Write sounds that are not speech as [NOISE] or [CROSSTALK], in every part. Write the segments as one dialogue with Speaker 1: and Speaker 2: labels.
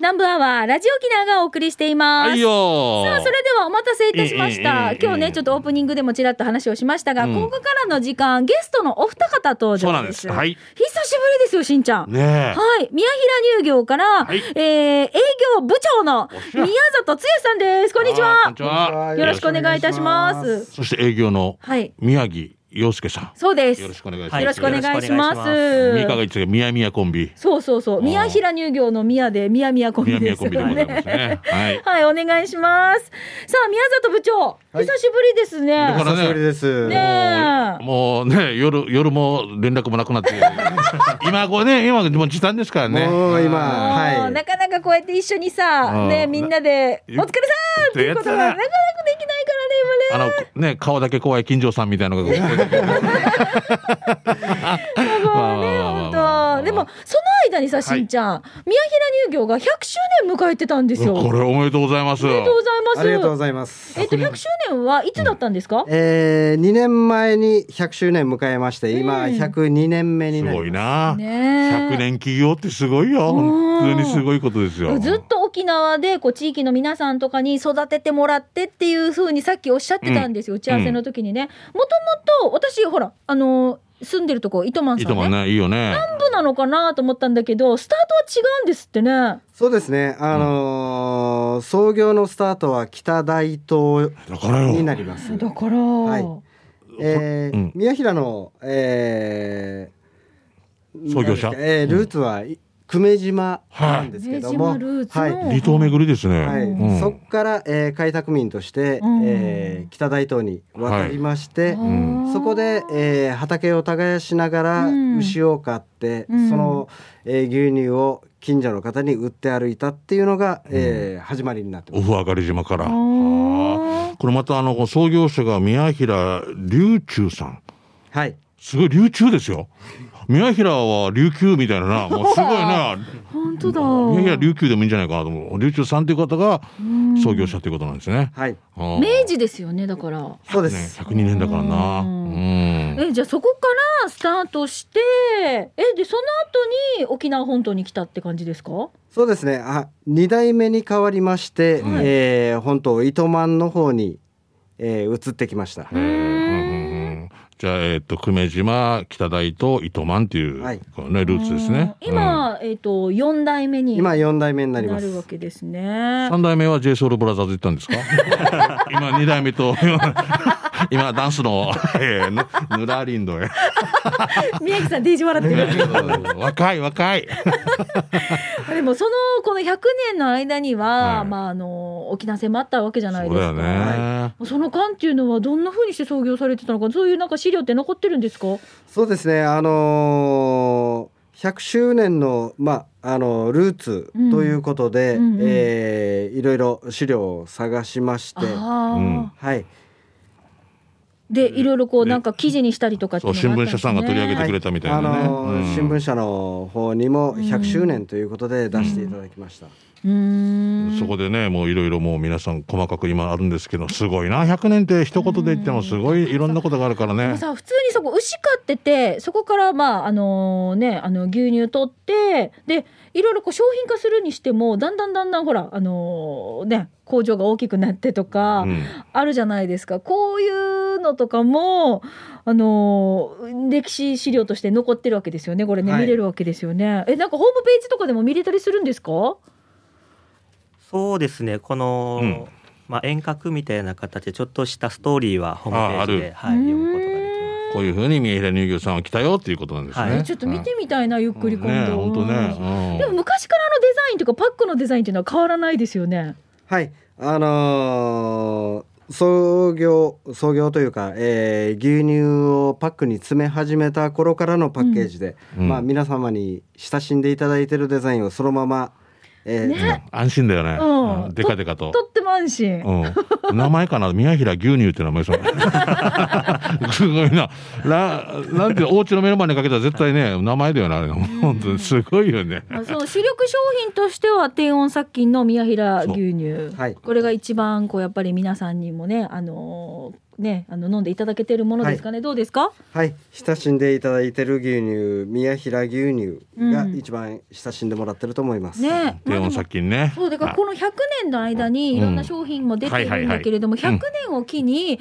Speaker 1: 南部アワーラジオキナがお送りしています。
Speaker 2: はいよ
Speaker 1: さあ、それではお待たせいたしまし
Speaker 2: えええ
Speaker 1: た。
Speaker 2: え
Speaker 1: 今日
Speaker 2: ええ
Speaker 1: ね、ちょっとオープニングでもちらっと話をしましたが、
Speaker 2: うん
Speaker 1: ここからの時間、ゲストのお二方登
Speaker 2: そうな
Speaker 1: 場
Speaker 2: ん
Speaker 1: で。
Speaker 2: ですす。はい。
Speaker 1: 久しぶりですよ、しんちゃん。
Speaker 2: ね
Speaker 1: はい。宮平乳業から、
Speaker 2: はい
Speaker 1: えー営業部長の
Speaker 2: おっしゃ
Speaker 1: 宮里剛さんです。こん
Speaker 2: え。
Speaker 1: にち
Speaker 2: あーこ
Speaker 1: は
Speaker 2: んに。ちは。
Speaker 1: よろしくお願いいたしま
Speaker 3: よろしくお願い
Speaker 1: す。
Speaker 2: そして営業の
Speaker 1: はい。
Speaker 2: 宮城洋介さ
Speaker 1: そうです。
Speaker 2: ん。よろし
Speaker 1: よ
Speaker 2: くお願いします。
Speaker 4: はい
Speaker 1: ろしくお願いしま
Speaker 4: よろしくお
Speaker 1: す。
Speaker 2: ミカが言ってたけど宮宮コンビ。
Speaker 1: そうそうそう。
Speaker 2: あー
Speaker 1: 宮平乳業の宮で、宮宮コンビ
Speaker 2: 宮
Speaker 1: で
Speaker 2: 宮
Speaker 1: す
Speaker 2: コン
Speaker 1: よ
Speaker 2: ビでございま
Speaker 1: ね
Speaker 2: す。ね。
Speaker 1: [LAUGHS]
Speaker 2: はい。
Speaker 1: はい、お願いします。さあ、宮里部長、
Speaker 3: はい
Speaker 1: 久しぶりですね。
Speaker 2: だからね
Speaker 3: 久しぶりです。
Speaker 1: ねえ
Speaker 2: もうね、夜、夜も連絡もなくなって、
Speaker 1: [LAUGHS]
Speaker 2: 今こうね、今もう時短ですからね。
Speaker 3: もう今、
Speaker 1: もう
Speaker 3: はい。
Speaker 1: なかなかこうやって一緒にさ、
Speaker 2: うん
Speaker 1: ね、みんなで、お疲れ
Speaker 2: な
Speaker 1: さんっていうことがなかなかできないからね、
Speaker 2: あの、ね、顔だけ怖い金城さんみたいなのがこう。
Speaker 1: 今ね。もうね、
Speaker 2: まあまあまあまあ
Speaker 1: 本当。でも、その間にさ、しんちゃん、宮平乳業が100周年迎えてたんですよ。
Speaker 2: これおめでとうございます。
Speaker 1: おめでとうございます。
Speaker 3: ありがとうございます。
Speaker 1: えっと、100周年はいつだったんですか、
Speaker 3: えー、2年前に100周年迎えまして、今、
Speaker 1: うん
Speaker 3: 102年目に
Speaker 2: す
Speaker 3: な
Speaker 2: ご
Speaker 3: り
Speaker 2: い
Speaker 3: ま
Speaker 2: な。
Speaker 1: ねえ
Speaker 2: 100年企業ってすごいよ。本当にすごいことですよ。
Speaker 1: ずっと沖縄でこう地域の皆さんとかに育ててもらってっていうふうにさっきおっしゃってたんですよ、打ち合わせの時にね。もともと私ほらあのー住んでるとこ糸満
Speaker 2: いい
Speaker 1: さ
Speaker 2: と
Speaker 1: んね
Speaker 2: もね、いいよね。
Speaker 1: 南部なのかなと思ったんだけどスタートは違うんですってね。
Speaker 3: す。そうですね。あのー創業のスタートは北大東
Speaker 2: だからよ。
Speaker 3: になります。
Speaker 1: だから、
Speaker 3: いえー
Speaker 2: うん
Speaker 3: 宮平の、えー
Speaker 2: 創業者
Speaker 3: なんですかえールーツは、久米島なんですけども、
Speaker 1: はい久米島ルーツの
Speaker 2: 離島巡りですね。
Speaker 3: はい、
Speaker 2: うん
Speaker 3: そこから、えー開拓民として、
Speaker 1: うん
Speaker 3: えー北大東に渡りまして、
Speaker 2: ん
Speaker 1: あー
Speaker 3: そこで、えー畑を耕しながら
Speaker 1: うん
Speaker 3: 牛を買って、
Speaker 1: うん
Speaker 3: その、えー牛乳を近所の方に売って歩いたっていうのが、えー始まりになってま
Speaker 2: オ
Speaker 3: す。
Speaker 2: フ上がり島から。
Speaker 1: あ
Speaker 2: はあこれまたあの、創業者が宮平隆中さん。
Speaker 3: はい。
Speaker 2: すごい流中ですよ。宮平は琉球みた
Speaker 1: [LAUGHS]
Speaker 2: いなな、もうすごいな。
Speaker 1: 本当だ。
Speaker 2: 宮平琉球でもいいんじゃないかなと思う。琉中さんという方が
Speaker 1: うん
Speaker 2: 創業者ということなんですね。
Speaker 3: はい。
Speaker 2: はあ
Speaker 1: 明治ですよねだから。
Speaker 3: そうで
Speaker 2: ね
Speaker 3: す。
Speaker 2: 102年だからな。
Speaker 1: う
Speaker 2: うん。
Speaker 1: えじゃあそこからスタートしてえでその後に沖縄本島に来たって感じですか
Speaker 3: そうですね。あ、二代目に変わりまして、
Speaker 1: はい
Speaker 3: えー本島糸満の方に、えー移ってきました。
Speaker 2: えーうんうんうんじゃあ、えっと、久米島、北大と糸満っていう、
Speaker 3: はい
Speaker 2: こうね、ルーツですね。
Speaker 1: うん今、えっ、と四代目に
Speaker 3: 今
Speaker 1: な
Speaker 3: 四代目になります。
Speaker 1: るわけですね。
Speaker 2: [LAUGHS] 三代目は j ソ o ルブラザーズ行ったん [LAUGHS] ですか今二代目 [LAUGHS] と、今ダンスの、えー、ぬぬらりんどへ。
Speaker 1: 宮城さんデージ笑ってる。
Speaker 2: 若い若い。
Speaker 1: [LAUGHS] でもそのこの100年の間には、
Speaker 2: はい
Speaker 1: まああの沖縄戦もあったわけじゃない
Speaker 2: そ
Speaker 1: で
Speaker 2: う
Speaker 1: すか。
Speaker 2: だよね。
Speaker 1: その間っていうのはどんな風にして創業されてたのかそういうなんか資料って残ってるんですか。
Speaker 3: そうですね、あのー100周年の,、まああのルーツということで、
Speaker 1: うんうんうん
Speaker 3: えーいろいろ資料を探しまして、
Speaker 1: ああ、
Speaker 2: うん
Speaker 3: はい、
Speaker 1: でいろいろこうなんか記事にしたりとかってい
Speaker 2: そうう、
Speaker 1: のが
Speaker 2: 新
Speaker 1: あったですね
Speaker 2: 聞社さんが取り上げてくれたみたいなね。
Speaker 3: あのー
Speaker 2: うん
Speaker 3: 新聞社の方にも
Speaker 1: うん
Speaker 3: 100周年ということで出していただきました。
Speaker 1: うーん
Speaker 2: そこでね、もういろいろもう皆さん細かく今あるんですけど、すごいな、100年って一言で言ってもすごいいろんなことがあるから
Speaker 1: でも
Speaker 2: ね。
Speaker 1: さ普通にそこ牛飼っててそこからまああのねあの牛乳取ってでいろいろこう商品化するにしてもだんだんだんだんほらあのね工場が大きくなってとか、
Speaker 2: うん
Speaker 1: あるじゃないですかこういうのとかもあの歴史資料として残ってるわけですよねこれね、
Speaker 3: はい
Speaker 1: 見れるわけですよねえなんかホームページとかでも見れたりするんですか
Speaker 4: そうですね、この、
Speaker 2: うん
Speaker 4: まあ、遠隔みたいな形で、ちょっとしたストーリーはホームページで、
Speaker 1: あ
Speaker 4: は
Speaker 1: あ
Speaker 4: い、
Speaker 1: る
Speaker 4: 読むことができ
Speaker 2: こういうふうに三重平乳業さんは来たよっていうことなんですね。
Speaker 4: は
Speaker 1: え
Speaker 4: い
Speaker 1: ちょっと見てみたいな、ゆっくり
Speaker 2: うん
Speaker 1: 今
Speaker 2: ね、
Speaker 1: 度、
Speaker 2: 本当
Speaker 1: でも
Speaker 2: ね。
Speaker 1: 昔からのデザインというかパックのデザインっていうのは変わらないですよね
Speaker 3: はい、あのー創業創業というか、えー牛乳をパックに詰め始めた頃からのパッケージで、
Speaker 2: うん
Speaker 3: まあ、皆様に親しんでいただいているデザインをそのまま、えー
Speaker 1: ね
Speaker 2: うん安心だよね。
Speaker 1: うん
Speaker 2: うんでかでかと。
Speaker 1: とっても安心、
Speaker 2: うん、名前かな宮平牛乳って名前そ
Speaker 1: [LAUGHS]
Speaker 2: うすごいならなんていうのお家の目の前にかけたら絶対ね名前だよなあれの本当にすごいよね
Speaker 1: まあ、その主力商品としては低温殺菌の宮平牛乳、
Speaker 3: はい
Speaker 1: これが一番こうやっぱり皆さんにもね、あのーねあの飲んでいただけているものですかね、どうですか
Speaker 3: はい親しんでいただいてる牛乳宮平牛乳が
Speaker 1: うん
Speaker 3: 一番親しんでもらってると思います、
Speaker 1: ねまあ
Speaker 2: 低
Speaker 1: でも
Speaker 2: 温殺菌ね。
Speaker 1: そうだからこの100年の間にいろんな商品も出ているんだけれども、
Speaker 2: はいはいはい
Speaker 1: 100年を機に新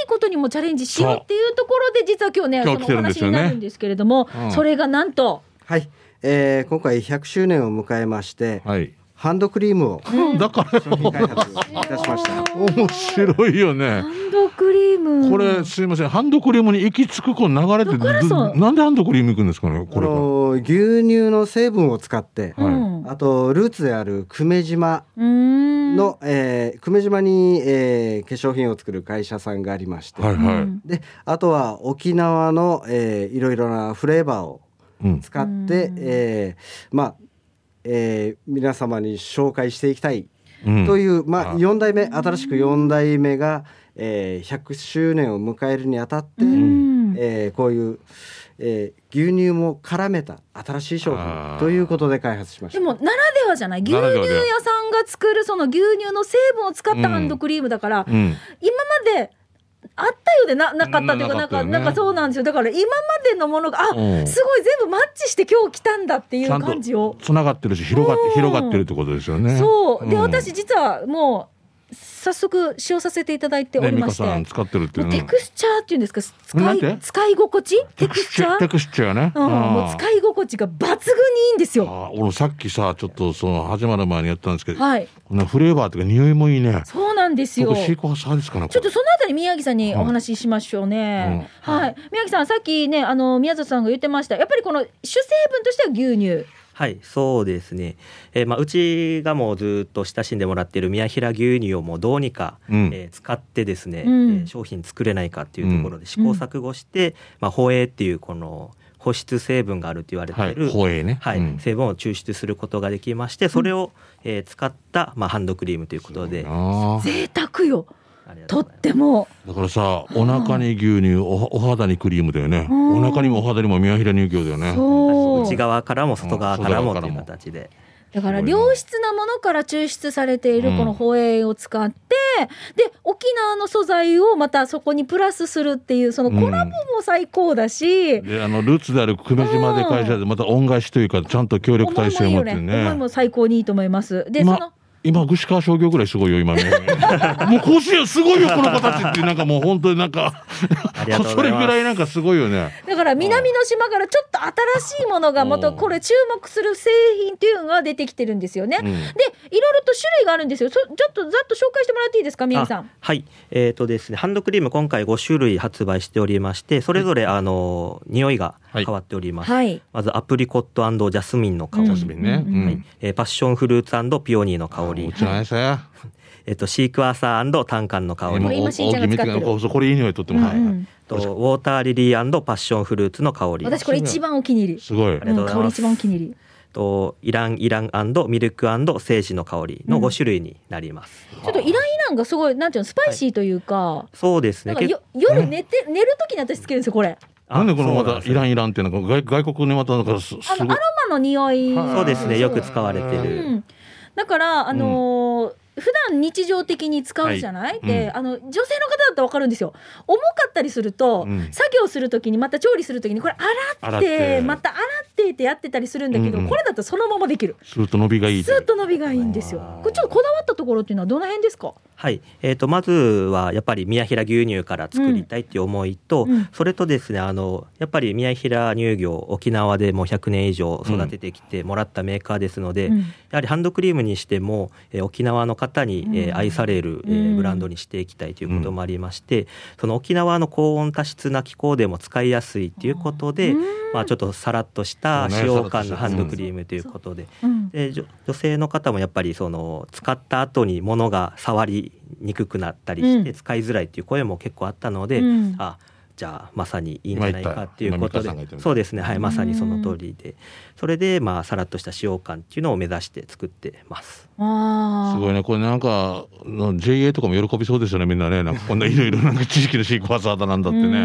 Speaker 1: しいことにもチャレンジしようっていうところで実は今日ね
Speaker 2: 今
Speaker 1: そ
Speaker 2: 日来
Speaker 1: のお
Speaker 2: てるんで
Speaker 1: 話
Speaker 2: すよ
Speaker 1: に
Speaker 2: ね
Speaker 1: なるんですけれども、
Speaker 2: うん
Speaker 1: それがなんと、
Speaker 3: はい、えー今回100周年を迎えまして、
Speaker 2: はい。
Speaker 3: ハンドクリーム
Speaker 2: [LAUGHS]
Speaker 3: を
Speaker 2: だから
Speaker 3: 商品開発いたしました
Speaker 2: 面白いよね
Speaker 1: ハ。ンドクリーム
Speaker 2: これすいませんハンドクリームに行き着くこの流れって
Speaker 1: だから
Speaker 2: ど
Speaker 1: そう
Speaker 2: なんでハンドクリーム行くんですかねこ
Speaker 3: こ
Speaker 2: れが。
Speaker 3: の牛乳の成分を使って、
Speaker 2: はい
Speaker 1: うん
Speaker 3: あとルーツである久米島
Speaker 1: うーん
Speaker 3: の、えー久米島に、えー化粧品を作る会社さんがありまして、
Speaker 2: はいは
Speaker 1: う
Speaker 2: い
Speaker 1: ん。
Speaker 3: であとは沖縄の、えーいろいろなフレーバーを
Speaker 2: うん。
Speaker 3: 使っ
Speaker 1: う
Speaker 3: て
Speaker 1: ん、
Speaker 3: えーまあ、えー皆様に紹介していきたい
Speaker 2: うん
Speaker 3: という、ま
Speaker 2: あ
Speaker 3: あ、4代目新しく4代目が、えー100周年を迎えるにあたっ
Speaker 1: う
Speaker 3: て、
Speaker 1: ん
Speaker 3: えーこういう、えー牛乳も絡めた新しい商
Speaker 2: あー
Speaker 3: 品ということで開発しまし
Speaker 1: で
Speaker 3: た。
Speaker 1: もならではじゃない牛乳
Speaker 2: な
Speaker 1: 屋
Speaker 2: らではで
Speaker 1: さんが作るその牛乳の成分を使ったハンドクリームだから、
Speaker 2: うん。
Speaker 1: 今まであったようでななかったというかな
Speaker 2: なん
Speaker 1: か
Speaker 2: なかったよね
Speaker 1: なんかそうなんですよだから今までのものがあ
Speaker 2: うん
Speaker 1: すごい全部マッチして今日来たんだってい
Speaker 2: ち
Speaker 1: う
Speaker 2: ゃん
Speaker 1: 感じを
Speaker 2: とつながってるし広がっ
Speaker 1: う
Speaker 2: て
Speaker 1: ん
Speaker 2: 広がってるってことですよね。
Speaker 1: そうで
Speaker 2: ん
Speaker 1: 私実はもう早速使用させていただいてお
Speaker 2: ね
Speaker 1: り
Speaker 2: 美
Speaker 1: ま
Speaker 2: 香
Speaker 1: して、
Speaker 2: さん使ってるっていう
Speaker 1: もう
Speaker 2: の。
Speaker 1: テクスチャーっていうんですか
Speaker 2: な
Speaker 1: 使
Speaker 2: んて
Speaker 1: い使い心地テクスチャ
Speaker 2: テ
Speaker 1: ー
Speaker 2: クスチャーね。
Speaker 1: うん、もう
Speaker 2: あー
Speaker 1: 使い心地が抜群にいいんですよ
Speaker 2: あー俺さっきさちょっとその始まる前にやったんですけど、
Speaker 1: はい
Speaker 2: このフレーバーとか匂いもいいね。
Speaker 1: そうなんです
Speaker 2: こ
Speaker 1: よ
Speaker 2: こシークワーサーですかな。
Speaker 1: ちょっとそのあたり宮城さんにお話ししましょうね。
Speaker 3: うん
Speaker 1: はい、宮城さん、さっきね、あの宮里さんが言ってました。やっぱりこの主成分としては牛乳。
Speaker 4: はい、そうですね。えーまあうちがもうずっと親しんでもらっている宮平牛乳をもうどうにか、
Speaker 2: うん
Speaker 4: えー使ってですね、
Speaker 1: うん
Speaker 4: えー商品作れないかっていうところで試行錯誤して、まあ保栄っていうこの保湿成分があると言われて
Speaker 2: はい
Speaker 4: いる、
Speaker 2: 保栄ね。
Speaker 4: はい
Speaker 2: うん
Speaker 4: 成分を抽出することができまして、それを、えー使ったまあハンドクリームということで、
Speaker 2: あー
Speaker 1: 贅沢よ。
Speaker 4: ありがと
Speaker 1: と
Speaker 4: う
Speaker 1: っ
Speaker 4: ご
Speaker 1: て
Speaker 4: ざいます
Speaker 1: も。
Speaker 2: だからさお腹に牛乳おお肌にクリームだよね。
Speaker 1: うん
Speaker 2: お腹にもお肌にも宮平乳業だよね。
Speaker 1: そう
Speaker 4: 内側からも外側から
Speaker 2: う
Speaker 4: も
Speaker 2: ん
Speaker 4: という
Speaker 2: 外側から
Speaker 4: 形で。
Speaker 1: だから良質なものから抽出されているこの保栄を使って、で沖縄の素材をまたそこにプラスするっていうそのコラボも最高だし、
Speaker 2: であのルーツである久米島で会社でまた恩返しというかちゃんと協力
Speaker 1: 思い
Speaker 2: 体
Speaker 1: も
Speaker 2: 制
Speaker 1: いい
Speaker 2: を持
Speaker 1: よ
Speaker 2: っ
Speaker 1: ね
Speaker 2: てる
Speaker 1: 思い
Speaker 2: ね
Speaker 1: も最高にいいと思います。でその
Speaker 2: 今今串川商業ぐらいすごい
Speaker 1: [LAUGHS]
Speaker 2: よ今ねもう甲子園すごいよこの形ってなんかもう本当になんか
Speaker 4: ありがとうございます
Speaker 2: それぐらいなんかすごいよね
Speaker 1: だから南の島からちょっと新しいものがまた
Speaker 2: うん
Speaker 1: これ注目する製品っていうのが出てきてるんですよね。
Speaker 2: う
Speaker 1: で
Speaker 2: ん
Speaker 1: いろいろと種類があるんですよ。そちょっとざっと紹介してもらっていいですか宮城さん
Speaker 4: あ。はい、えーとですね、ハンドクリーム今回5種類発売しておりましてそれぞれあの匂いが変わっております、
Speaker 1: はい。
Speaker 4: まずアプリコットジャスミンの香
Speaker 1: う
Speaker 4: り、
Speaker 1: ん
Speaker 2: ジャスミンね、
Speaker 1: う
Speaker 2: うんん
Speaker 4: はいえーパッションフルーツピオニーの香り
Speaker 2: うち、のやさや
Speaker 4: えー、とシークワーサータンカンの香り
Speaker 1: も
Speaker 4: あ
Speaker 1: う今しんちゃんが使ってる
Speaker 2: 大きめこうそうこれいい匂いとっても、
Speaker 1: うんうん
Speaker 2: はい
Speaker 4: とウォーターリリーパッションフルーツの香り
Speaker 1: 私これ一番お気に入り。
Speaker 2: すごい
Speaker 4: ありがとうござい
Speaker 1: 香り
Speaker 4: ます
Speaker 1: 一番お気に入り。
Speaker 4: とイランイランミルクセージの香りの5種類になります、
Speaker 1: ちょっとイランイランがすごいなんていうのスパイシーというか。
Speaker 4: そうです
Speaker 1: な
Speaker 4: ね
Speaker 1: んかよ夜寝て、寝る時に私つけるんですよこれ。
Speaker 4: あ
Speaker 2: なんでこの
Speaker 4: そう
Speaker 2: ま
Speaker 4: ん
Speaker 2: た
Speaker 4: すよ
Speaker 2: イランイランってなんか外外国にまたなんかすす
Speaker 1: あの
Speaker 2: ご
Speaker 1: ア
Speaker 2: い
Speaker 1: ロマの匂い。
Speaker 2: はい
Speaker 4: そうですねよく使われて
Speaker 1: う
Speaker 4: る、
Speaker 1: ん、だから、あのー普段日常的に使うじゃない、
Speaker 2: はい
Speaker 1: で、
Speaker 2: うん
Speaker 1: あの女性の方だったら分かるんですよ重かったりすると、
Speaker 2: うん
Speaker 1: 作業する時にまた調理する時にこれ洗
Speaker 2: 洗
Speaker 1: っ
Speaker 2: ってて
Speaker 1: また洗ってってやってたりするんだけど、
Speaker 2: うんうん
Speaker 1: これだったらそのままできる
Speaker 2: スーッと伸びがいい
Speaker 1: ずっと伸びがいいんですよ
Speaker 2: あー
Speaker 1: これちょっとこだわったところっていうのはどの辺ですか
Speaker 4: はい、えー、とまずはやっぱり宮平牛乳から作りたいっていう思いと、
Speaker 1: うんうん
Speaker 4: それとですねあのやっぱり宮平乳業沖縄でもう100年以上育ててきてもらったメーカーですので、
Speaker 1: うん
Speaker 4: やはりハンドクリームにしても、えー沖縄の方に、えー
Speaker 1: うん
Speaker 4: 愛される、えー
Speaker 1: うん
Speaker 4: ブランドにしていきたいということもありまして、その沖縄の高温多湿な気候でも使いやすいということで、
Speaker 1: うん
Speaker 4: まあ、ちょっとさらっとした
Speaker 2: そうね
Speaker 4: 使用感の
Speaker 2: さらっ
Speaker 4: ハ
Speaker 2: とした
Speaker 4: ンドクリームということで、
Speaker 1: うん
Speaker 4: で女女性の方もやっぱりその使った後に物が触りにくくなったりして
Speaker 1: うん
Speaker 4: 使いづらいっていう声も結構あったので、
Speaker 1: うん
Speaker 4: あじゃあまさにいいんじゃないかっていう
Speaker 2: 今言
Speaker 4: こ
Speaker 2: った今美香
Speaker 4: とで
Speaker 2: さんが言ってる
Speaker 4: そうですねは
Speaker 1: う
Speaker 4: い
Speaker 1: ん
Speaker 4: まさにその通りでそれでまあさらっとした使用感っていうのを目指して作ってます。
Speaker 1: うあ
Speaker 2: す
Speaker 1: あ
Speaker 2: ごいね。これなんか、の JA とかも喜びそうですよね、みんなね。なんかこんないろいろなんか知識のシークワーサーだなんだってね。
Speaker 1: う
Speaker 2: フ
Speaker 1: ん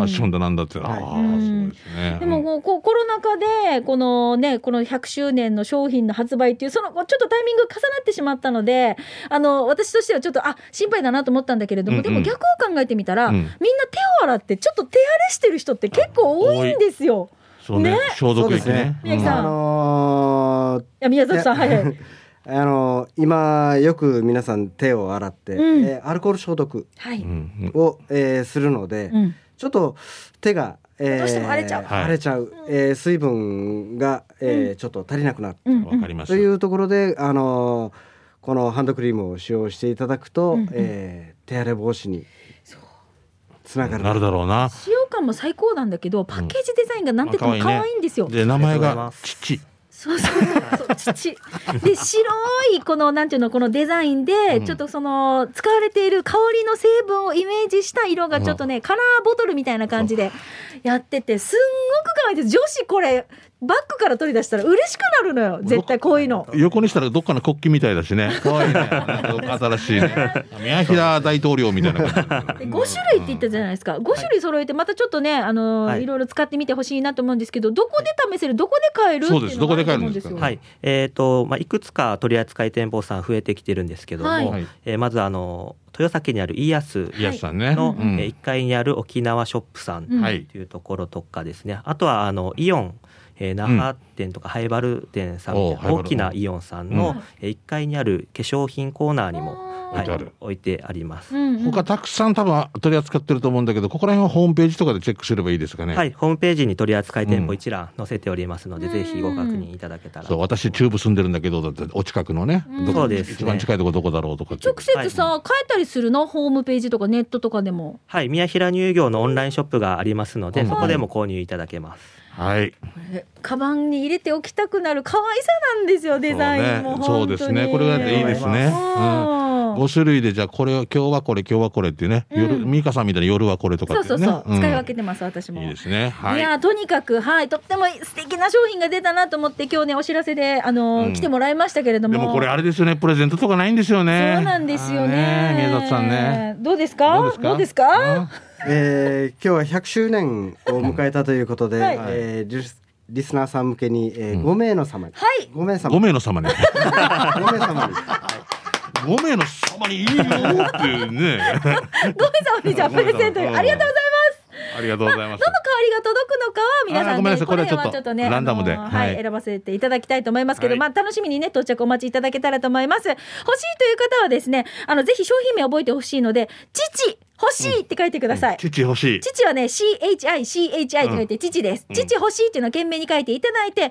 Speaker 2: ァッションだなんだって。ああ、
Speaker 1: うん
Speaker 2: すごいですね。
Speaker 1: でもこうこうコロナ禍でこのねこの100周年の商品の発売っていうそのちょっとタイミングが重なってしまったのであの私としてはちょっとあ心配だなと思ったんだけれども、
Speaker 2: うんうん
Speaker 1: でも逆を考えてみたら、
Speaker 2: うん
Speaker 1: みんな手を洗ってちょっと手荒れしてる人って結構多いんですよ。
Speaker 2: そうね
Speaker 1: ね。
Speaker 2: 消毒液
Speaker 3: そう
Speaker 2: ね。
Speaker 1: ですね宮城さん
Speaker 2: う
Speaker 3: あのー
Speaker 1: いや宮崎さんはい
Speaker 2: [LAUGHS]
Speaker 1: はい。
Speaker 3: あのー今よく皆さん手を洗って、
Speaker 1: うん
Speaker 3: えーアルコール消毒
Speaker 1: はい、
Speaker 2: んうん
Speaker 3: を、えーするので、
Speaker 1: うん
Speaker 3: ちょっと手が、えー
Speaker 1: どうしても荒れちゃう
Speaker 2: はい
Speaker 3: 荒れちゃうえー水分が、えーちょっと足りなくなる、
Speaker 1: うん
Speaker 2: わかりまし
Speaker 3: と
Speaker 2: た。
Speaker 3: いうところで、あのーこのハンドクリームを使用していただくと、
Speaker 1: うんうん
Speaker 3: えー手荒れ防止に
Speaker 1: そう
Speaker 3: つながる
Speaker 2: なるだろうな。
Speaker 1: 使用感も最高なんだけどパッケージデザインがなんて言っても
Speaker 2: まあ可愛
Speaker 1: 可愛
Speaker 2: いね
Speaker 1: いんですよ。
Speaker 2: で、名前
Speaker 4: ありがとうござい
Speaker 2: が
Speaker 4: ま、す
Speaker 2: 父。
Speaker 1: そうそうそうそう土で白いこのなんていうのこのデザインで、
Speaker 2: うん
Speaker 1: ちょっとその使われている香りの成分をイメージした色がちょっとね、カラーボトルみたいな感じでやっててすんごく可愛いです女子これバッグから取り出したら嬉しくなるのよ絶対こういうの。
Speaker 2: 横にしたらどっかの国旗みたいだし
Speaker 4: [LAUGHS]
Speaker 2: ね。可愛いね。なんか新しいね。宮平大統領みたいな感
Speaker 1: で
Speaker 2: じ。
Speaker 1: 5種類って言ったじゃないですか、5種類揃えてまたちょっとね、あのー、
Speaker 4: はいい
Speaker 1: ろいろ使ってみてほしいなと思うんですけどどこで試せるどこで買えるって
Speaker 2: そう
Speaker 1: い
Speaker 2: です
Speaker 1: うのがあると思うんです
Speaker 2: ど
Speaker 1: よ。
Speaker 2: こで
Speaker 4: はいえーとまあ、いくつか取り扱い店舗さん増えてきてるんですけども、
Speaker 1: はい
Speaker 2: はい
Speaker 4: えーまずあの豊崎にあるイアス
Speaker 2: イヤスさんね。
Speaker 4: の、
Speaker 2: う
Speaker 4: えー1
Speaker 2: ん
Speaker 4: 階にある沖縄ショップさん
Speaker 1: うん
Speaker 2: は
Speaker 4: っ
Speaker 2: い。
Speaker 4: ていうところとかですね、あとはあのイオン、えー那覇店とかハイバル店さんみたいな
Speaker 2: おう
Speaker 4: 大きなイオンさんのえー1階にある化粧品コーナーにも、
Speaker 2: 置い
Speaker 4: は
Speaker 2: てある
Speaker 4: い、置いてあります。
Speaker 1: うんうん
Speaker 2: 他たくさん多分取り扱ってると思うんだけど、ここら辺はホームページとかでチェックすればいいですかね。
Speaker 4: はい、ホームページに取り扱い店
Speaker 2: うん
Speaker 4: 舗一覧載せておりますので、
Speaker 1: うん
Speaker 4: ぜひご確認いただけたら。
Speaker 2: そう、私、中部住んでるんだけど、だって、お近くのね
Speaker 1: うん、
Speaker 2: どこ
Speaker 4: そうですね
Speaker 2: 一番近いとこどこだろうとかって。
Speaker 1: 直接さ、変えたりするのホームページとかネットとかでも。
Speaker 4: はい、宮平乳業のオンラインショップがありますので、
Speaker 2: うん
Speaker 4: そこでも購入いただけます。
Speaker 2: はい。
Speaker 1: カバンに入れておきたくなる可愛さなんですよ、デザインも。
Speaker 2: そうねそうですね。これがいいですね。うん
Speaker 1: ご
Speaker 2: 5種類で、じゃあ、これを、今日はこれ、今日はこれってね、
Speaker 1: うん
Speaker 2: 夜、ミカさんみたいに夜はこれとか
Speaker 1: そ
Speaker 2: っ
Speaker 1: う
Speaker 2: て
Speaker 1: そ
Speaker 2: ね。
Speaker 1: うそう、
Speaker 2: ん
Speaker 1: 使い分けてます、私も。
Speaker 2: いいですね。はいい。
Speaker 1: やーとにかく、はい、とっても素敵な商品が出たなと思って、今日ね、お知らせで、あのー
Speaker 2: うん
Speaker 1: 来てもらいましたけれども。
Speaker 2: でもこれあれですよね、プレゼントとかないんですよね。
Speaker 1: そうなんですよ
Speaker 2: あー
Speaker 1: ね。
Speaker 2: 宮里さんね。。
Speaker 1: どうですか。どうですか。
Speaker 2: うん
Speaker 3: えー今日は100周年を迎えたということで、
Speaker 1: はい
Speaker 3: えーリスリスナーさん向けに、え
Speaker 2: うん
Speaker 3: ー、5名の様に、
Speaker 1: はい
Speaker 3: 5名様
Speaker 2: 5
Speaker 3: に
Speaker 2: 名の様ね。 [LAUGHS]
Speaker 3: 5名様に
Speaker 2: 5名の様にいいよっていうね。 [LAUGHS]
Speaker 1: ごめんなさい、じゃあ、プレゼント、ありがとうございます。
Speaker 2: ありがとうございます
Speaker 1: どの。香りが届くのかは皆さ
Speaker 2: あー
Speaker 1: ん
Speaker 2: ごめんな
Speaker 1: ね、
Speaker 2: さいこれはちょっと
Speaker 1: ね、
Speaker 2: ランダムで
Speaker 1: あのーはい、
Speaker 2: はい
Speaker 1: 選ばせていただきたいと思いますけど、
Speaker 2: はい
Speaker 1: まあ楽しみにね、到着お待ちいただけたらと思います。欲しいという方はですね、あの、ぜひ商品名覚えてほしいので、父、欲しいって書いてください。
Speaker 2: 父欲しい。
Speaker 1: 父はね、CHI、CHI と書いて、父です。
Speaker 2: うん
Speaker 1: 父欲しいっていうのを懸命に書いていただいて、本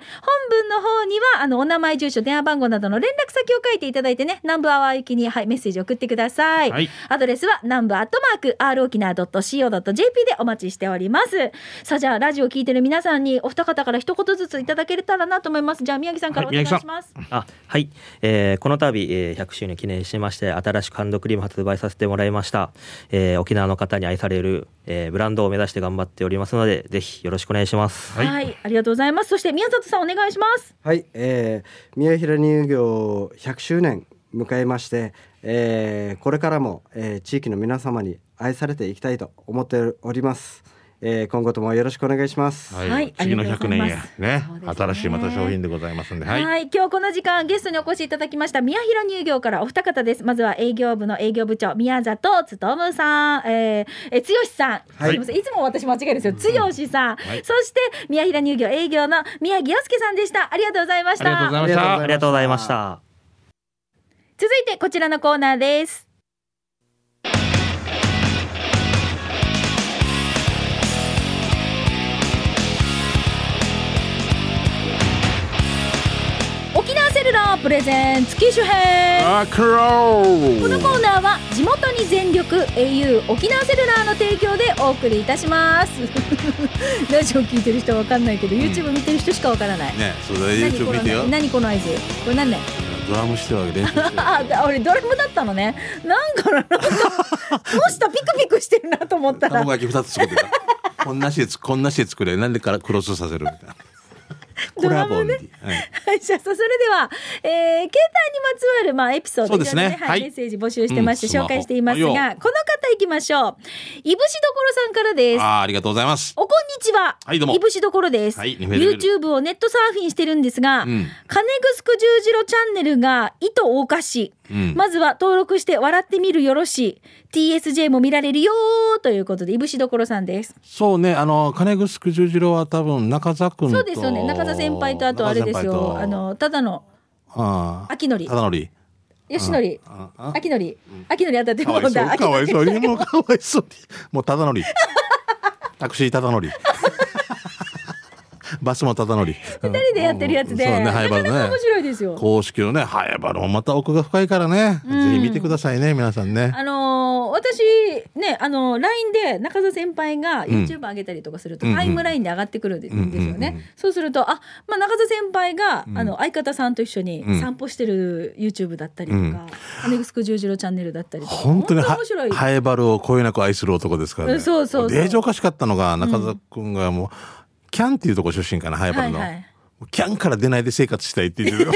Speaker 1: 文の方には、あの、お名前、住所、電話番号などの連絡先を書いていただいてね、南部アワー行きに、はい、メッセージ送ってください。
Speaker 2: はい
Speaker 1: アドレスは、南部アットマーク、r 沖縄 .co.jp でお待ちしております。さあ、じゃあ、ラジオ聞いてる皆さんに、お二方から一言ずついただけたらなと思います。じゃあ、宮城さんからお
Speaker 2: はい
Speaker 1: 願い
Speaker 2: 宮
Speaker 1: し
Speaker 2: 城さん
Speaker 1: ます。
Speaker 4: あはい、えーこの度、えー100周年記念しまして新しくハンドクリーム発売させてもらいました、えー沖縄の方に愛される、えーブランドを目指して頑張っておりますのでぜひよろしくお願いします、
Speaker 1: はい、ありがとうございます。そして、宮里さん、お願いします。
Speaker 3: はい、えー、宮平乳業100周年迎えまして、えーこれからも、えー地域の皆様に愛されていきたいと思っております、えー今後ともよろしくお願いします、
Speaker 2: はい
Speaker 1: はい
Speaker 2: 次の
Speaker 1: ありがと
Speaker 2: 100
Speaker 1: うござい
Speaker 2: 年
Speaker 1: ます
Speaker 2: へね
Speaker 1: そうですね
Speaker 2: 新しいまた商品でございますんで、
Speaker 1: はい、
Speaker 2: はい、
Speaker 1: 今日この時間ゲストにお越しいただきました宮平乳業からお二方ですまずは営業部の営業部長宮里つとむさん、えー、えー剛さん、
Speaker 2: はい
Speaker 1: すいませんいつも私間違えるんですよ剛さん、
Speaker 2: はい
Speaker 1: そして宮平乳業営業の宮城洋介さんでしたありがとうございまし
Speaker 2: ありがとう
Speaker 1: た
Speaker 2: ございました
Speaker 3: あ
Speaker 4: ありがとうございました
Speaker 1: 続いてこちらのコーナーです沖縄セルラープレゼンツ機種編
Speaker 2: あクロ
Speaker 1: このコーナーは地元に全力 au 沖縄セルラーの提供でお送りいたします [LAUGHS] ラジオ聞いてる人は分かんないけど、YouTube 見てる人しか分からない、
Speaker 2: ねそうだ
Speaker 1: 何この何この合図これ何ね
Speaker 2: ドラムしては練習してる
Speaker 1: [LAUGHS] ああ俺ドラムだったのねなんかななんかどうしたピクピクしてるなと思ったら [LAUGHS]
Speaker 5: 卵焼き二つ作ってた。こんなしでつ、こんなしで作れ、なんでからクロスさせるみたいな。
Speaker 2: コラボンディ、はい
Speaker 1: はい、 [LAUGHS] じゃあさそれでは、えー携帯にまつわる、まあ、エピソード
Speaker 2: そうですね
Speaker 1: いろいろ
Speaker 2: は
Speaker 1: はいい、メッセージ募集してまして、
Speaker 2: うんスマホ
Speaker 1: 紹介していますが、
Speaker 2: は
Speaker 1: こ
Speaker 2: い
Speaker 1: の
Speaker 2: よ
Speaker 1: 方いきましょう。いぶしどころさんからです。
Speaker 2: あーありがとうございます
Speaker 1: おこんにちは。
Speaker 2: はいどうも
Speaker 1: いぶしどころです。
Speaker 2: はい
Speaker 1: YouTube をネットサーフィンしてるんですが、
Speaker 2: うん
Speaker 1: 金ぐすく十字路チャンネルが、いとおかし。
Speaker 2: うん
Speaker 1: まずは登録して笑ってみるよろし。TSJ も見られるよーということで、いぶしどころさんです。
Speaker 2: そうね、あの、金城九十次郎は多分中澤君と。
Speaker 1: そうですよね。中田先輩と、あとあれです
Speaker 2: 中澤先
Speaker 1: よ。
Speaker 2: 輩と
Speaker 1: あ、の、ただの、
Speaker 2: あ
Speaker 1: 秋のり
Speaker 2: た、だのり。
Speaker 1: よしのり、
Speaker 2: ああ
Speaker 1: 秋のり、秋のりあたって
Speaker 2: か
Speaker 1: も
Speaker 2: わ
Speaker 1: う
Speaker 2: いそう、
Speaker 1: だ。
Speaker 2: かわいそうに、もうかわいそうに。もうただのり。タクシーただ
Speaker 1: [LAUGHS]
Speaker 2: のり。バスもただのり。二
Speaker 1: 二人でやってるやつで、
Speaker 2: そうね、
Speaker 1: な
Speaker 2: ハイ
Speaker 1: かな
Speaker 2: バル
Speaker 1: か
Speaker 2: ね
Speaker 1: 面。白いですよ。
Speaker 2: 公式のね、ハイバルもまた奥が深いからね。
Speaker 1: うん
Speaker 2: ぜひ見てくださいね、皆さんね。
Speaker 1: あのー私ねあのー LINE で中澤先輩が YouTube 上げたりとかすると、
Speaker 2: うんうん
Speaker 1: タイムラインで上がってくるんですよね、
Speaker 2: うんうんうん
Speaker 1: そうするとあ、まあ、中澤先輩が、
Speaker 2: うん
Speaker 1: あの相方さんと一緒に
Speaker 2: うん
Speaker 1: 散歩してる YouTube だったりとか、
Speaker 2: うん
Speaker 1: アネグスク十字路チャンネルだったりとか
Speaker 2: 本当に
Speaker 1: 本
Speaker 2: ハ
Speaker 1: 面白い、
Speaker 2: ハイバルをこよなく愛する男ですから
Speaker 1: う
Speaker 2: ね。
Speaker 1: んそうそうそう
Speaker 2: 令状おかしかったのが、中澤君がもう、キャンっていうとこ出身かな、ハイバ
Speaker 1: は
Speaker 2: ル
Speaker 1: い
Speaker 2: の。
Speaker 1: はい
Speaker 2: キャンから出ないで生活したいって言 [LAUGHS] ってる。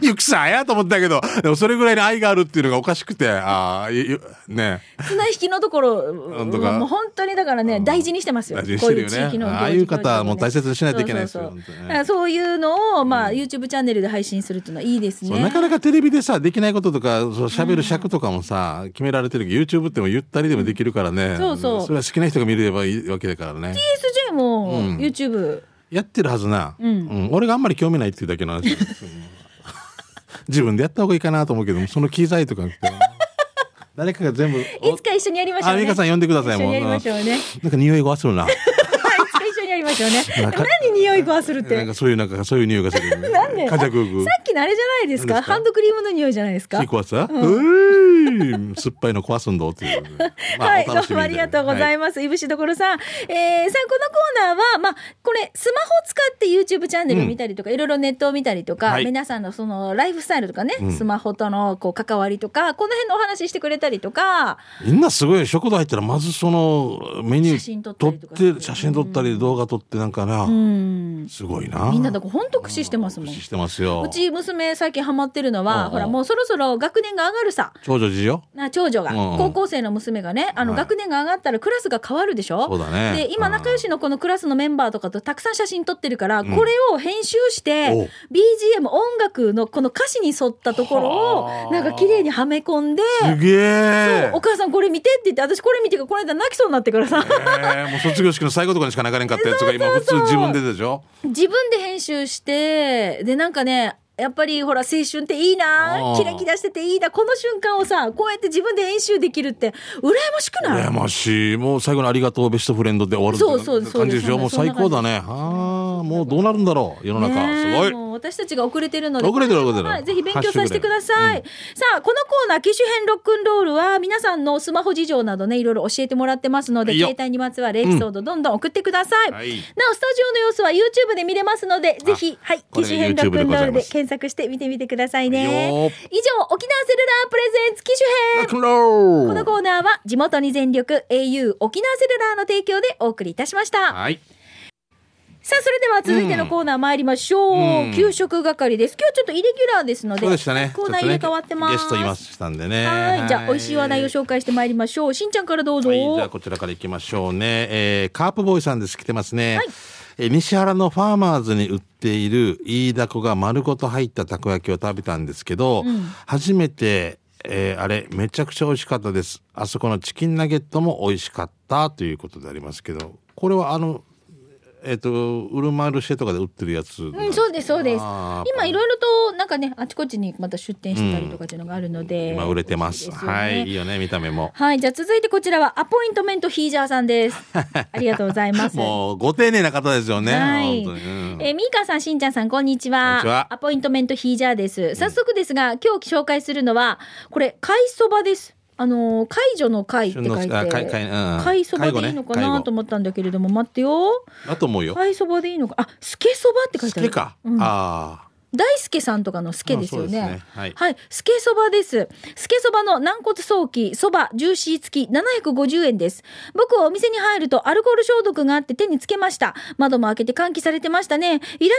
Speaker 2: ゆくさんやと思ったけど、でもそれぐらいに愛があるっていうのがおかしくて、ああ、いいね、
Speaker 1: 綱引きのところ
Speaker 2: んとか
Speaker 1: もう本当にだからね大事にしてますよ
Speaker 2: 大事にし
Speaker 1: こう
Speaker 2: てる
Speaker 1: い
Speaker 2: よ
Speaker 1: う
Speaker 2: ね
Speaker 1: 地域の行事
Speaker 2: ああいう
Speaker 1: 行事とか
Speaker 2: 方も大切にしないといけないですよ
Speaker 1: そうそうそう
Speaker 2: 本当にね
Speaker 1: だからそういうのを、まあ、YouTube チャンネルで配信するっていうのはいいです
Speaker 2: そう
Speaker 1: ね
Speaker 2: なかなかテレビでさ、できないこととか、そう喋る尺とかもさ、決められてるけど、YouTube ってもゆったりでもできるからね。
Speaker 1: そうそう
Speaker 2: れは好きな人が見ればいいわけだからね。
Speaker 1: TSJ も YouTube、
Speaker 2: やってるはずな。
Speaker 1: うん
Speaker 2: うん俺があんまり興味ないっていうだけの [LAUGHS] 話。自分でやった方がいいかなと思うけど、その機材とか。 [LAUGHS] 誰かが全部。
Speaker 1: いつか一緒にやりましょう
Speaker 2: あ
Speaker 1: ね。
Speaker 2: 美香さん呼んでください
Speaker 1: 一緒
Speaker 2: もう
Speaker 1: にやりましょう [LAUGHS] ね。いつ
Speaker 2: なんか匂いがする [LAUGHS] な。
Speaker 1: か一緒にやりましょうね。で
Speaker 2: [LAUGHS] な
Speaker 1: も
Speaker 2: んか
Speaker 1: 何匂いがするっ
Speaker 2: な
Speaker 1: て。
Speaker 2: ん
Speaker 1: さ
Speaker 2: かそういうなんかそういう匂いがするよね。
Speaker 1: なんで
Speaker 2: カジャグーグー。
Speaker 1: っきのあれじゃないですか。
Speaker 2: 何ですか
Speaker 1: ハンドクリームの匂いじゃないですか。
Speaker 2: 聞
Speaker 1: は
Speaker 2: こわさ。うーい酸っぱいの壊すんだっ
Speaker 1: [LAUGHS]
Speaker 2: てい
Speaker 1: い、
Speaker 2: う。
Speaker 1: どうもありがとうござい
Speaker 2: ま
Speaker 1: ます。いぶしどころさん。えー、さあ、このコーナーは、まあ、これ、スマホを使って YouTube チャンネルを見たりとか、いろいろネットを見たりとか、
Speaker 2: はい
Speaker 1: 皆さんのそのライフスタイルとかね、
Speaker 2: うん
Speaker 1: スマホとのこう関わりとか、この辺のお話ししてくれたりとか、
Speaker 2: す。みんなすごい食堂入ったらまずそのメニュー
Speaker 1: 写真撮った
Speaker 2: 撮
Speaker 1: り
Speaker 2: っ
Speaker 1: とかして
Speaker 2: て写真撮ったり動画撮ってなんか
Speaker 1: う
Speaker 2: な。
Speaker 1: ん。
Speaker 2: すごいな。
Speaker 1: みんなだから本当駆使してますもん。
Speaker 2: 駆使してますよ。
Speaker 1: うち娘最近ハマってるの
Speaker 2: うんう
Speaker 1: は、
Speaker 2: ん
Speaker 1: ほらもうそろそろ学年が上がるさ。
Speaker 2: 長女次女。
Speaker 1: な長女が、
Speaker 2: うんうん
Speaker 1: 高校生の娘がねあの
Speaker 2: はい
Speaker 1: 学年が上がったらクラスが変わるでしょ、
Speaker 2: そうだね
Speaker 1: で今仲良しのこのクラスのメンバーとかとたくさん写真撮ってるから、
Speaker 2: ん
Speaker 1: これを編集して
Speaker 2: おう
Speaker 1: BGM 音楽のこの歌詞に沿ったところ
Speaker 2: は
Speaker 1: を
Speaker 2: あ
Speaker 1: なんか綺麗にはめ込んです
Speaker 2: げえ。
Speaker 1: お母さんこれ見てって言って私これ見てからこの間泣きそうになってからさ
Speaker 2: えーもう卒業式の最後とかにしか流れんかったやつが今普通自分ででしょ
Speaker 1: [LAUGHS] 自分で編集してでなんかねやっぱりほら青春っていいな
Speaker 2: あー
Speaker 1: キラキラしてていいなこの瞬間をさこうやって自分で編集できるって羨ましくない
Speaker 2: 羨ましい。もう最後のありがとう、ベストフレンドで終わるって
Speaker 1: そうそうそう
Speaker 2: 感じでしょ。も
Speaker 1: そう
Speaker 2: う
Speaker 1: ですそん
Speaker 2: 最
Speaker 1: な
Speaker 2: 高だね。ああ、もうどうなるんだろう、世の中。すご
Speaker 1: ねえ
Speaker 2: い。
Speaker 1: もう私たちが遅れてるので
Speaker 2: 遅れてる遅れてる
Speaker 1: この辺はぜひ勉強させてください、さあこのコーナー機種編ロックンロールは皆さんのスマホ事情などねいろいろ教えてもらってますので
Speaker 2: いいよ
Speaker 1: 携帯にまつわるエピソードどんどん送ってください、
Speaker 2: はい
Speaker 1: なおスタジオの様子は YouTube で見れますのでぜひはい機
Speaker 2: これ
Speaker 1: 種編ロックンロール
Speaker 2: YouTube でござい
Speaker 1: で
Speaker 2: ます
Speaker 1: 検索して見てみてくださいね以上
Speaker 2: いいよ
Speaker 1: 沖縄セルラープレゼンツ機種編
Speaker 2: ロック
Speaker 1: こ
Speaker 2: ンロ
Speaker 1: の
Speaker 2: ール
Speaker 1: コーナーは地元に全力 au 沖縄セルラーの提供でお送りいたしました、
Speaker 2: はい。
Speaker 1: さあそれでは続いてのコーナー参りましょう、
Speaker 2: うん
Speaker 1: 給食係です今日ちょっとイレギュラーですので
Speaker 2: そうでしたね。
Speaker 1: コーナー
Speaker 2: ちょ
Speaker 1: 入れ
Speaker 2: っとね
Speaker 1: 替わってます
Speaker 2: ゲストいましたんでね。
Speaker 1: はいじゃあ美味しい話題を紹介して参りましょうしんちゃんからどうぞ、
Speaker 2: はい、じゃあこちらから行きましょうね。えーカープボーイさんです。来てますね。
Speaker 1: はい
Speaker 2: えー西原のファーマーズに売っている飯田子が丸ごと入ったたこ焼きを食べたんですけど、
Speaker 1: うん
Speaker 2: 初めて、えーあれ、めちゃくちゃ美味しかったです。あそこのチキンナゲットも美味しかったということでありますけど、これはあの、えっ、と、ウルマルシェとかで売ってるやつ。
Speaker 1: うん、そうですそうです
Speaker 2: あー
Speaker 1: 今いろいろとなんかねあちこちにまた出店してたりとかっていうのがあるので、
Speaker 2: 今売れてます。
Speaker 1: 美味しいですよね
Speaker 2: はい、いいよね、見た目も。
Speaker 1: はいじゃあ続いてこちらはアポイントメントヒージャーさん
Speaker 2: [LAUGHS]
Speaker 1: ですありがとうございます
Speaker 2: もう、ご丁寧な方ですよね。
Speaker 1: はい
Speaker 2: 本当にうん
Speaker 1: えー、ミーカーさん、しんちゃんさん、こんにちは。
Speaker 2: こんにちは
Speaker 1: アポイントメントヒージャーです。早速ですが、今日紹介するのは、これ、貝そばです。あのー、解除の貝って書いて、
Speaker 2: 旬のあ貝貝うん
Speaker 1: 貝そばでいいのか
Speaker 2: 介護
Speaker 1: な
Speaker 2: ね
Speaker 1: と思ったんだけれども、待ってよ。
Speaker 2: だと思うよ。
Speaker 1: 貝そばでいいのか、あ、すけそばって書いてある。
Speaker 2: 好きか。
Speaker 1: うん
Speaker 2: ああ。
Speaker 1: 大輔さんとかの助ですよね。
Speaker 2: まあそうですねはい
Speaker 1: はい、スケそばです。スケそばの軟骨早期そばジューシー付き750円です。僕はお店に入るとアルコール消毒があって手につけました。窓も開けて換気されてましたね。いらっしゃいま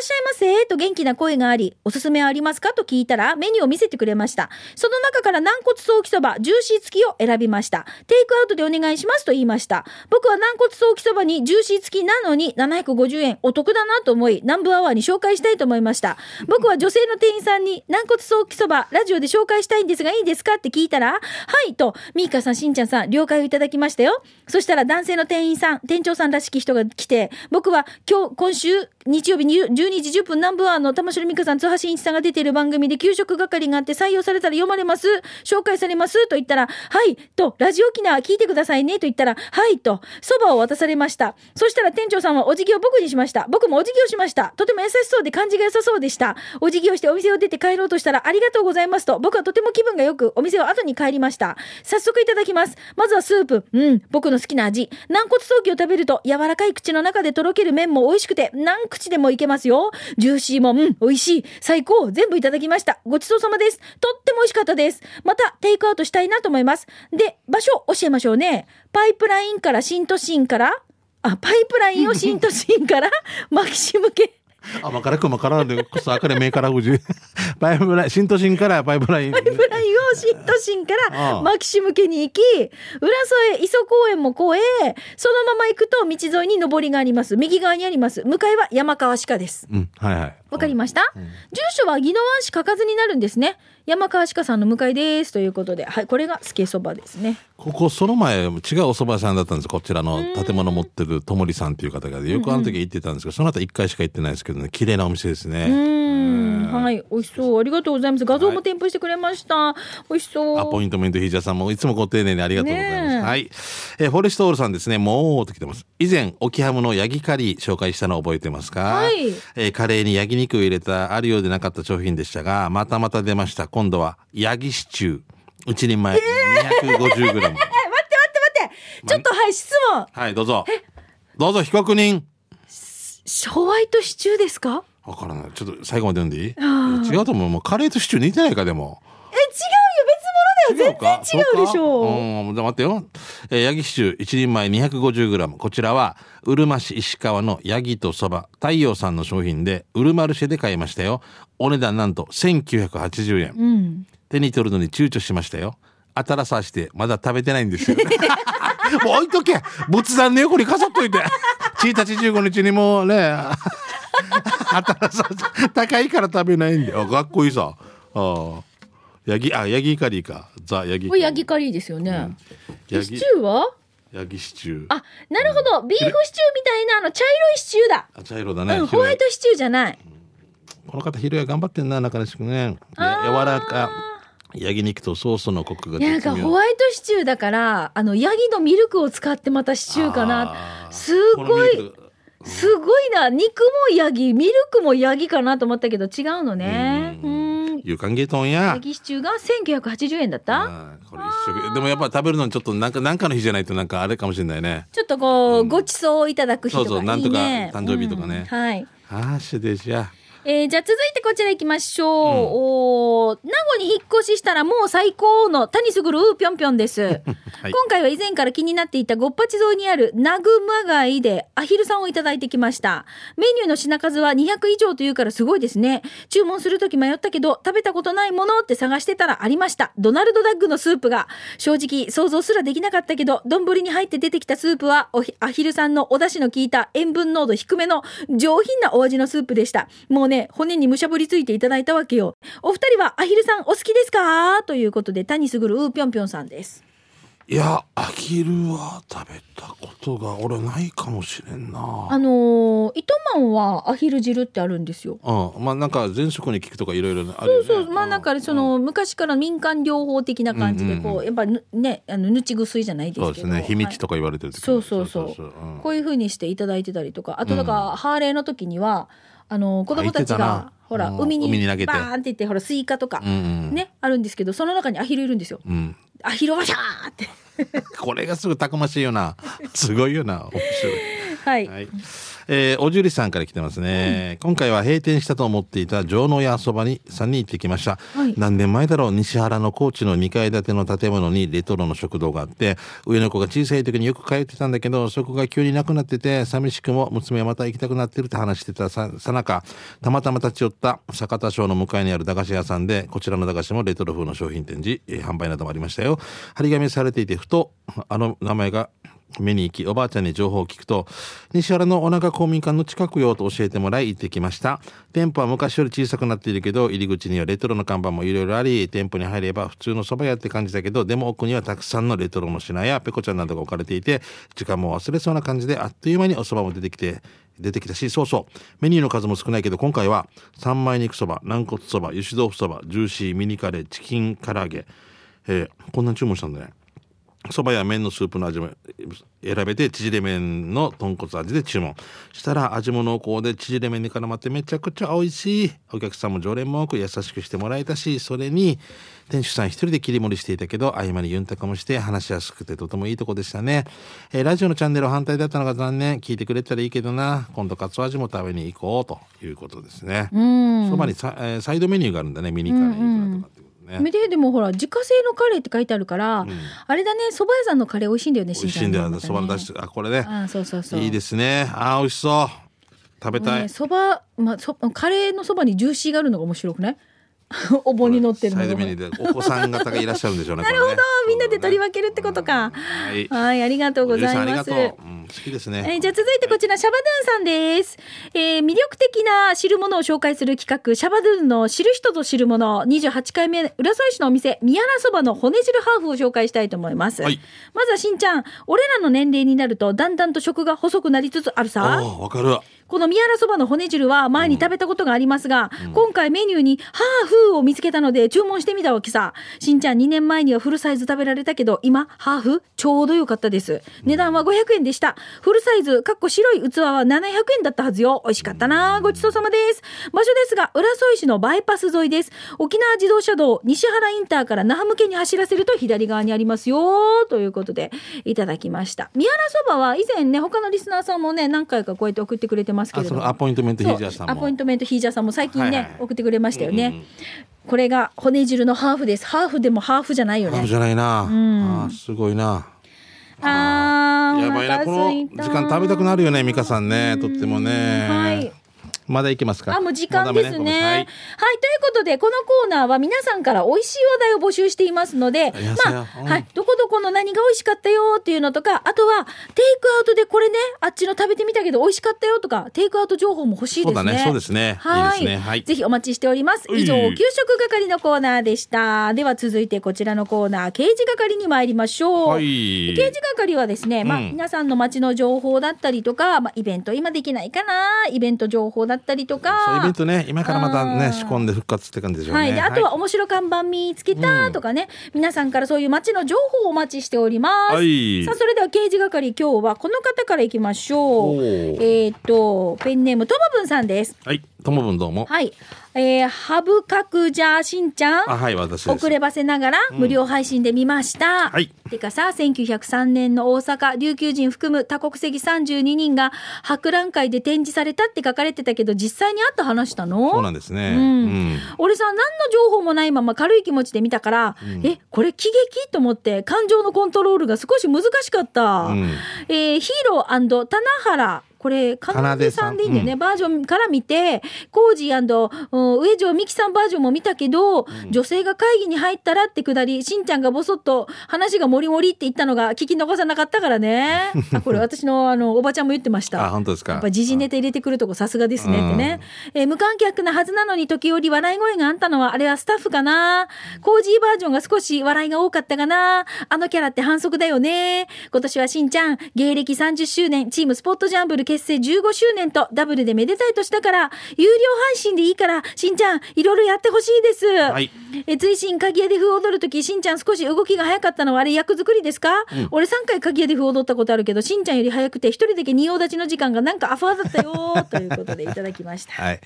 Speaker 1: せと元気な声があり、おすすめはありますかと聞いたらメニューを見せてくれました。その中から軟骨早期そばジューシー付きを選びました。テイクアウトでお願いしますと言いました。僕は軟骨早期そばにジューシー付きなのに750円お得だなと思い、南部アワーに紹介したいと思いました。僕は女性の店員さんに軟骨早期そばラジオで紹介したいんですがいいですかって聞いたら、はいと、ミーカさん、しんちゃんさん、了解をいただきましたよ。そしたら男性の店員さん、店長さんらしき人が来て、僕は今日、今週、日曜日に12時10分南部アワーの玉城美香さん、津波真一さんが出ている番組で給食係があって採用されたら読まれます、紹介されますと言ったら、はいと、ラジオ機能聞いてくださいねと言ったら、はいと、そばを渡されました。そしたら店長さんはお辞儀を僕にしました。僕もお辞儀をしました。とても優しそうで感じが良さそうでした。お辞儀をしてお店を出て帰ろうとしたら、ありがとうございますと、僕はとても気分が良く、お店を後に帰りました。早速いただきます。まずはスープ。うん、僕の好きな味。軟骨ソーキを食べると、柔らかい口の中でとろける麺も美味しくて、何口でもいけますよ。ジューシーも、うん、美味しい。最高。全部いただきました。ごちそうさまです。とっても美味しかったです。また、テイクアウトしたいなと思います。で、場所教えましょうね。パイプラインから新都心から、あ、パイプラインを新都心から、 [LAUGHS] マキシム系。
Speaker 2: 甘辛くも辛でこそ赤で目から
Speaker 1: [LAUGHS]
Speaker 2: うじパイプライン新都心からパイプライン
Speaker 1: パイプラインを新都心か
Speaker 2: あ
Speaker 1: ら
Speaker 2: あ
Speaker 1: マキシム家に行き、浦添磯公園も越え、そのまま行くと道沿いに上りがあります。右側にあります。向かいは山川鹿です。
Speaker 2: うんはいはい
Speaker 1: わかりました、住所は宜野湾市かかずになるんですね。山川鹿さんの向かいです。ということで、はい、これがスケそばですね。
Speaker 2: ここその前違うお蕎麦屋さんだったんですこちらの建物持ってるともりさんという方がよくあの時行ってたんですけど、その後一回しか行ってないですけどね綺麗なお店ですね、
Speaker 1: うーん、はい、美味しそう。ありがとうございます。画像も添付してくれました。美味しそう。
Speaker 2: アポイントメントヒージャーさんもいつもご丁寧にありがとうございま
Speaker 1: ね
Speaker 2: す。
Speaker 1: え
Speaker 2: はい。えーフォレストオールさんですね、もうと来てます。以前、沖ハムのヤギカリー紹介したの覚えてますか
Speaker 1: はい
Speaker 2: えーカレーにヤギ肉を入れたあるようでなかった商品でしたが、またまた出ました。今度は、ヤギシチュー。一人
Speaker 1: [LAUGHS]
Speaker 2: 前 250g。
Speaker 1: え、待って待って待って。ちょっと、はい、質問。
Speaker 2: はい、どうぞ。どうぞ、被告人。
Speaker 1: ホワイトシチューですか
Speaker 2: わからない。ちょっと最後まで読んでいい違うと思う。もうカレーとシチュー似てないか、でも。
Speaker 1: え、違うよ。別物だよ。全然違うでし
Speaker 2: う
Speaker 1: ょ。
Speaker 2: ん、じゃあ待ってよ。えー、ヤギシチュー一人前 250g。こちらは、うるま市石川のヤギとそば、太陽さんの商品で、うるまルシェで買いましたよ。お値段なんと1980円。
Speaker 1: うん。
Speaker 2: 手に取るのに躊躇しましたよ。あたらさして、まだ食べてないんですよ。 [LAUGHS] もう置いとけ仏壇の横に飾っといて。1日15日にもうね、 [LAUGHS] あたらさして、高いから食べないんで。あ、かっこいいさ。ああ。ヤギ、あ、ヤギカリーか。ザ、ヤギ
Speaker 1: こ
Speaker 2: カ
Speaker 1: れ
Speaker 2: リー
Speaker 1: ヤギカリーですよね。
Speaker 2: ヤ
Speaker 1: シ
Speaker 2: ギ
Speaker 1: チューは
Speaker 2: ヤギシチュー。
Speaker 1: あ、なるほど。ビーフシチューみたいなあの茶色いシチューだ。
Speaker 2: あ、茶色だね。
Speaker 1: うん、
Speaker 2: 昼
Speaker 1: ホワイトシチューじゃない。
Speaker 2: この方、昼夜頑張ってんな、中西くんね。ね柔らか。ヤギ肉とソースのコクが
Speaker 1: なんかホワイトシチューだから、あの、ヤギのミルクを使ってまたシチューか
Speaker 2: あ
Speaker 1: な。
Speaker 2: ー
Speaker 1: すご
Speaker 2: このミ
Speaker 1: い
Speaker 2: ル、ク
Speaker 1: すごいな。肉もヤギ、ミルクもヤギかなと思ったけど違うのね。うん。
Speaker 2: 有感ゲトンや
Speaker 1: ヤ。ギシチューが1980円だった
Speaker 2: はいこれ一食。でもやっぱ食べるのにちょっとなんか、なんかの日じゃないとなんかあれかもしれないね。
Speaker 1: ちょっとこう、ごちそうをいただく日と
Speaker 2: そうそ
Speaker 1: か
Speaker 2: うなん
Speaker 1: い
Speaker 2: と
Speaker 1: い
Speaker 2: か
Speaker 1: ね。
Speaker 2: 誕生日とかね
Speaker 1: うんはい。
Speaker 2: あーしでしや。
Speaker 1: えーじゃあ続いてこちら行きましょう。おー名護に引っ越ししたらもう最高の谷すぐるうぴょんぴょんです。
Speaker 2: [LAUGHS] はい
Speaker 1: 今回は以前から気になっていたごっぱち沿いにあるナグマ街でアヒルさんをいただいてきました。メニューの品数は200以上というからすごいですね。注文するとき迷ったけど食べたことないものって探してたらありました。ドナルドダッグのスープが。正直想像すらできなかったけど、丼に入って出てきたスープはおひアヒルさんのお出汁の効いた塩分濃度低めの上品なお味のスープでした。もうね、骨にむしゃぶりついていただいたわけよ。お二人はアヒルさんお好きですかということで、谷すぐるうーぴょんぴょんさんです。
Speaker 2: いや、アヒルは食べたことが俺ないかもしれん
Speaker 1: あ
Speaker 2: な。
Speaker 1: のー、糸満はアヒル汁ってあるんですよ。
Speaker 2: うん。まあなんか前職に聞くとかいろいろある
Speaker 1: そう
Speaker 2: よね。
Speaker 1: そう、まあなんかその昔から民間療法的な感じで、こう、やっぱぬね、あの、ぬちぐすいじゃないですけ
Speaker 2: そ
Speaker 1: ど。
Speaker 2: うですね。秘密
Speaker 1: と
Speaker 2: とか言われてる時
Speaker 1: そうそうそう
Speaker 2: うん
Speaker 1: こういう風にしていただいてたりとか、あとだから、ハーレーの時には、あの、子供たち
Speaker 2: あ言ってたな
Speaker 1: が、ほら、
Speaker 2: うん
Speaker 1: 海に
Speaker 2: 海に投げて
Speaker 1: バーンって言って、ほら、スイカとか、
Speaker 2: うんうん。
Speaker 1: ね、あるんですけど、その中にアヒルいるんですよ。
Speaker 2: うん。
Speaker 1: アヒルはシャーって。
Speaker 2: これがすぐたくましいよな。すごいよな。面白い。
Speaker 1: はい。
Speaker 2: はい。えーおじゅりさんから来てますね、今回は閉店したと思っていた城野屋そばに3人行ってきました、
Speaker 1: はい
Speaker 2: 何年前だろう西原の高知の2階建ての建物にレトロの食堂があって上の子が小さい時によく通ってたんだけどそこが急になくなってて寂しくも娘はまた行きたくなってるって話してたささなかたまたま立ち寄った酒田町の向かいにある駄菓子屋さんでこちらの駄菓子もレトロ風の商品展示、えー販売などもありましたよ張り紙されていてふとあの名前が目に行きおばあちゃんに情報を聞くと西原のお腹公民館の近くよと教えてもらい行ってきました店舗は昔より小さくなっているけど入り口にはレトロの看板もいろいろあり店舗に入れば普通の蕎麦屋って感じだけどでも奥にはたくさんのレトロの品やペコちゃんなどが置かれていて時間も忘れそうな感じであっという間にお蕎麦も出てきて出てきたしそうそうメニューの数も少ないけど今回は三枚肉そば軟骨そば油脂豆腐そばジューシーミニカレーチキン唐揚げ、えーこんな注文したんだねそばや麺のスープの味も選べて縮れ麺の豚骨味で注文したら味も濃厚で縮れ麺に絡まってめちゃくちゃ美味しいお客さんも常連も多く優しくしてもらえたしそれに店主さん一人で切り盛りしていたけど合間にユンタカもして話しやすくてとてもいいとこでしたね、えーラジオのチャンネル反対だったのが残念聞いてくれたらいいけどな今度カツオ味も食べに行こうということですね
Speaker 1: うん
Speaker 2: そば、にさ、えーサイドメニューがあるんだねミニカレーいくらとかってことね、
Speaker 1: 見てでもほら自家製のカレーって書いてあるから、
Speaker 2: ん
Speaker 1: あれだね蕎麦屋さんのカレー美味しいんだよね
Speaker 2: 美味しいんだよ
Speaker 1: 新
Speaker 2: ね
Speaker 1: 山
Speaker 2: そばの出汁あこれね
Speaker 1: あそうそうそう
Speaker 2: いいですね。あー、美味しそう。食べ
Speaker 1: もう
Speaker 2: たい。
Speaker 1: ねそば、まあ、そカレーのそばにジューシーがあるのが面白くない [LAUGHS] お盆に乗ってるの
Speaker 2: サ
Speaker 1: が
Speaker 2: イドメニューでお子さん方がいらっしゃるんでしょうね。なるほど、
Speaker 1: みん [LAUGHS] なで取り分けるってことか
Speaker 2: はい。
Speaker 1: はいありがとうござい
Speaker 2: ゆり
Speaker 1: ま
Speaker 2: さ
Speaker 1: す
Speaker 2: んありがとう。うん好きです
Speaker 1: え
Speaker 2: ね
Speaker 1: ー。じゃあ続いてこちらシャバドゥンさんです、えー魅力的な知るものを紹介する企画シャバドゥンの知る人ぞ知るもの28回目浦添市のお店宮良そばの骨汁ハーフを紹介したいと思います、
Speaker 2: はい
Speaker 1: まずはしんちゃん俺らの年齢になるとだんだんと食が細くなりつつあるさ
Speaker 2: あわかる。
Speaker 1: この宮原そばの骨汁は前に食べたことがありますが、今回メニューにハーフを見つけたので注文してみたわけさ。しんちゃん2年前にはフルサイズ食べられたけど、今、ハーフちょうどよかったです。値段は500円でした。フルサイズ、かっこ白い器は700円だったはずよ。美味しかったなごちそうさまです。場所ですが、浦添市のバイパス沿いです。沖縄自動車道、西原インターから那覇向けに走らせると左側にありますよ。ということで、いただきました。宮原そばは以前ね、他のリスナーさんもね、何回かこうやって送ってくれてますけ
Speaker 2: あ、
Speaker 1: れ
Speaker 2: そ
Speaker 1: ども
Speaker 2: のアポイントメントヒージャーさん
Speaker 1: そうアポイン
Speaker 2: も。
Speaker 1: トメントヒージャーさんも最近ね、
Speaker 2: はいはい
Speaker 1: 送ってくれましたよね、
Speaker 2: うんうんうん
Speaker 1: これが骨汁のハーフですハーフでもハーフじゃないよ
Speaker 2: あ
Speaker 1: ね
Speaker 2: じゃないな。あ
Speaker 1: ん
Speaker 2: ーすごいな。
Speaker 1: あー
Speaker 2: やばいな。この時間食べたくなるよね、美香さんね。とっても
Speaker 1: は
Speaker 2: ね
Speaker 1: い。
Speaker 2: まだいけますか。
Speaker 1: あ、もう時間ですね。
Speaker 2: まだ
Speaker 1: はい、とい
Speaker 2: ね
Speaker 1: うことで、このコーナーは皆さんから美味しい話題を募集していますので、
Speaker 2: いや
Speaker 1: まあ、
Speaker 2: そりゃうん
Speaker 1: はい、どこどこの何が美味しかったよっていうのとか、あとは、テイクアウトでこれね、あっちの食べてみたけど美味しかったよとか、テイクアウト情報も欲しいですね。
Speaker 2: そうだねそうですね
Speaker 1: はい
Speaker 2: いいですねはい
Speaker 1: ぜひお待ちしております。以上、
Speaker 2: うい
Speaker 1: 給食係のコーナーでした。では続いてこちらのコーナー、刑事係に参りましょう。
Speaker 2: はい。
Speaker 1: 刑事係はですね、まあ、
Speaker 2: うん
Speaker 1: 皆さんの街の情報だったりとか、まあ、イベント今できないかなイベント情報だったりとか
Speaker 2: そうイベントね、今からまた
Speaker 1: う
Speaker 2: ね、
Speaker 1: ん
Speaker 2: 仕込んで復活って感じでしょう
Speaker 1: は
Speaker 2: ね。
Speaker 1: い、であとは面白看板見つけたとかね、皆さんからそういう街の情報をお待ちしております、
Speaker 2: はい
Speaker 1: さあそれでは刑事係今日はこの方からいきましょ
Speaker 2: お
Speaker 1: う
Speaker 2: ー
Speaker 1: えっ、とペンネームともぶんさんです
Speaker 2: はい。ともぶんどうも。
Speaker 1: はいえー、ハブカクジャーしんちゃん
Speaker 2: あ、はい、私です。
Speaker 1: 遅ればせながら無料配信で見ました。
Speaker 2: はい
Speaker 1: てかさ、1903年の大阪、琉球人含む多国籍32人が博覧会で展示されたって書かれてたけど、実際にあった話なの
Speaker 2: そうなんです
Speaker 1: う
Speaker 2: ね。うんん。
Speaker 1: 俺さ、何の情報もないまま軽い気持ちで見たから、え、これ喜劇と思って感情のコントロールが少し難しかった。
Speaker 2: うん
Speaker 1: えーヒーロー棚原これ、かなでさんでいいんだよね、
Speaker 2: う
Speaker 1: バージョンから見て、コージーうん上条美希さんバージョンも見たけど、女性が会議に入ったらってくだり、しんちゃんがぼそっと話がもりもりって言ったのが聞き逃さなかったからね。 [LAUGHS] あこれ、私の [LAUGHS] あのおばちゃんも言ってました。
Speaker 2: あ、本当ですか。
Speaker 1: やっぱ時事ネタ入れてくるとこさすがですねってね、えー無観客なはずなのに時折笑い声があったのはあれはスタッフかなコージーバージョンが少し笑いが多かったかなあのキャラって反則だよね今年はしんちゃん芸歴30周年チームスポットジャンブル結成15周年とダブルでめでたいとしたから有料配信でいいからしんちゃんいろいろやってほしいです、
Speaker 2: い
Speaker 1: えー追伸鍵屋で歩を踊るときしんちゃん少し動きが早かったのはあれ役作りですか、俺3回鍵屋で歩を踊ったことあるけどしんちゃんより早くて一人だけ仁王立ちの時間がなんかアファーだったよ
Speaker 2: [LAUGHS]
Speaker 1: ーということでいただきました
Speaker 2: はい。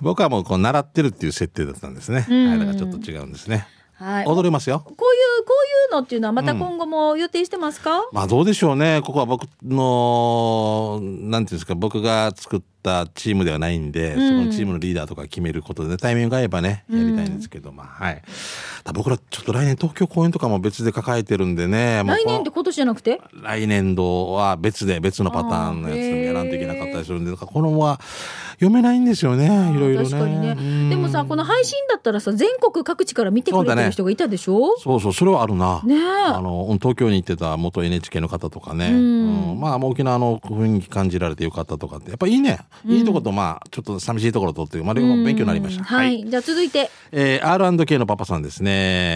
Speaker 2: 僕はもうこう習ってるっていう設定だったんですね。はい、だからちょっと違うんですね。
Speaker 1: はい。こう
Speaker 2: 踊れますよ。
Speaker 1: いうこういうのっていうのはまた今後も予定してますか？
Speaker 2: まあどうでしょうね。ここは僕の、なんていうんですか、僕が作ったチームではないん
Speaker 1: ん
Speaker 2: で、そのチームのリーダーとか決めることで、タイミングが合えばね、やりたいんですけど、まあはい。ただ僕らちょっと来年東京公演とかも別で抱えてるんでね、もう
Speaker 1: 来
Speaker 2: この
Speaker 1: 年って今年じゃなくて？
Speaker 2: 来年度は別で別のパターンのやつでもやらんといけなかったりするんで、だからこのまま読めないんですよね、いろいろね。
Speaker 1: 確かに
Speaker 2: うん
Speaker 1: ね。でもさ、この配信だったらさ、全国各地から見てくれてる人がいたでしょ？
Speaker 2: そうそう、それはあるな。
Speaker 1: ねえ
Speaker 2: あの、うん東京に行ってた元 NHK の方とかね。
Speaker 1: ん
Speaker 2: うんまあ、もう沖縄の雰囲気感じられてよかったとかって。やっぱいいね。いいとこと、まあ、ちょっと寂しいところとっていう、まあ、両方勉強になりました。
Speaker 1: は。い。じゃあ続いて、
Speaker 2: えー R&K のパパさんですね。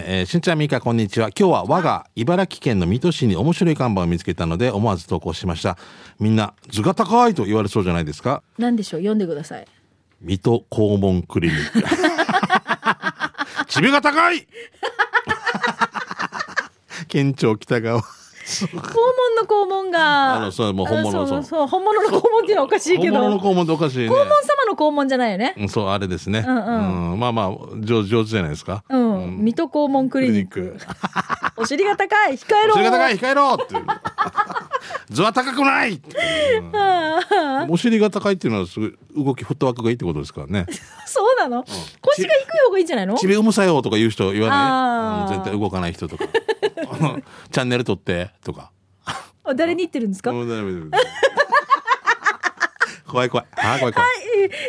Speaker 2: えーしんちゃんみーか、こんにちは。今日は我が茨城県の水戸市に面白い看板を見つけたので、思わず投稿しました。みんな、図が高いと言われそうじゃないですか。
Speaker 1: なんでしょう？読んでください。
Speaker 2: 水戸肛門クリニック。 [LAUGHS] ちびが高い [LAUGHS] 県庁北側。
Speaker 1: 肛門の肛門が。
Speaker 2: あのそうもう本物の
Speaker 1: あそう
Speaker 2: そ
Speaker 1: そう本物の肛門っていうのはおかしいけ
Speaker 2: 本
Speaker 1: ど。
Speaker 2: 物の
Speaker 1: 肛門
Speaker 2: 肛門っておかしいね。
Speaker 1: 様の肛門じゃないよね。
Speaker 2: うんそう、あれですね。
Speaker 1: うんうん
Speaker 2: うんまあまあ、上手、上手じゃないですか。
Speaker 1: うん、水戸黄門クリニック。 [LAUGHS] お尻が高い、控えろ。
Speaker 2: お尻が高い、控えろっていう。 [LAUGHS] 図は高くないっていううんお尻が高いっていうのはすごい動きフットワークがいいってことですからね。
Speaker 1: そうなの。腰が低い方がいいんじゃないの。
Speaker 2: ちびうむさよとか言う人言わな
Speaker 1: あー
Speaker 2: い、うん、絶対動かない人とか [LAUGHS] チャンネル取ってとか
Speaker 1: あ誰に言ってるんですか。
Speaker 2: うんダメダメダメ [LAUGHS] 怖い怖いあー怖い怖い、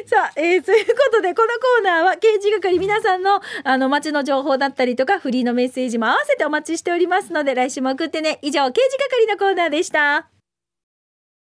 Speaker 1: さあ、えーということで、このコーナーは刑事係皆さんの、あの、街の情報だったりとか、フリーのメッセージも合わせてお待ちしておりますので、来週も送ってね。以上、刑事係のコーナーでした。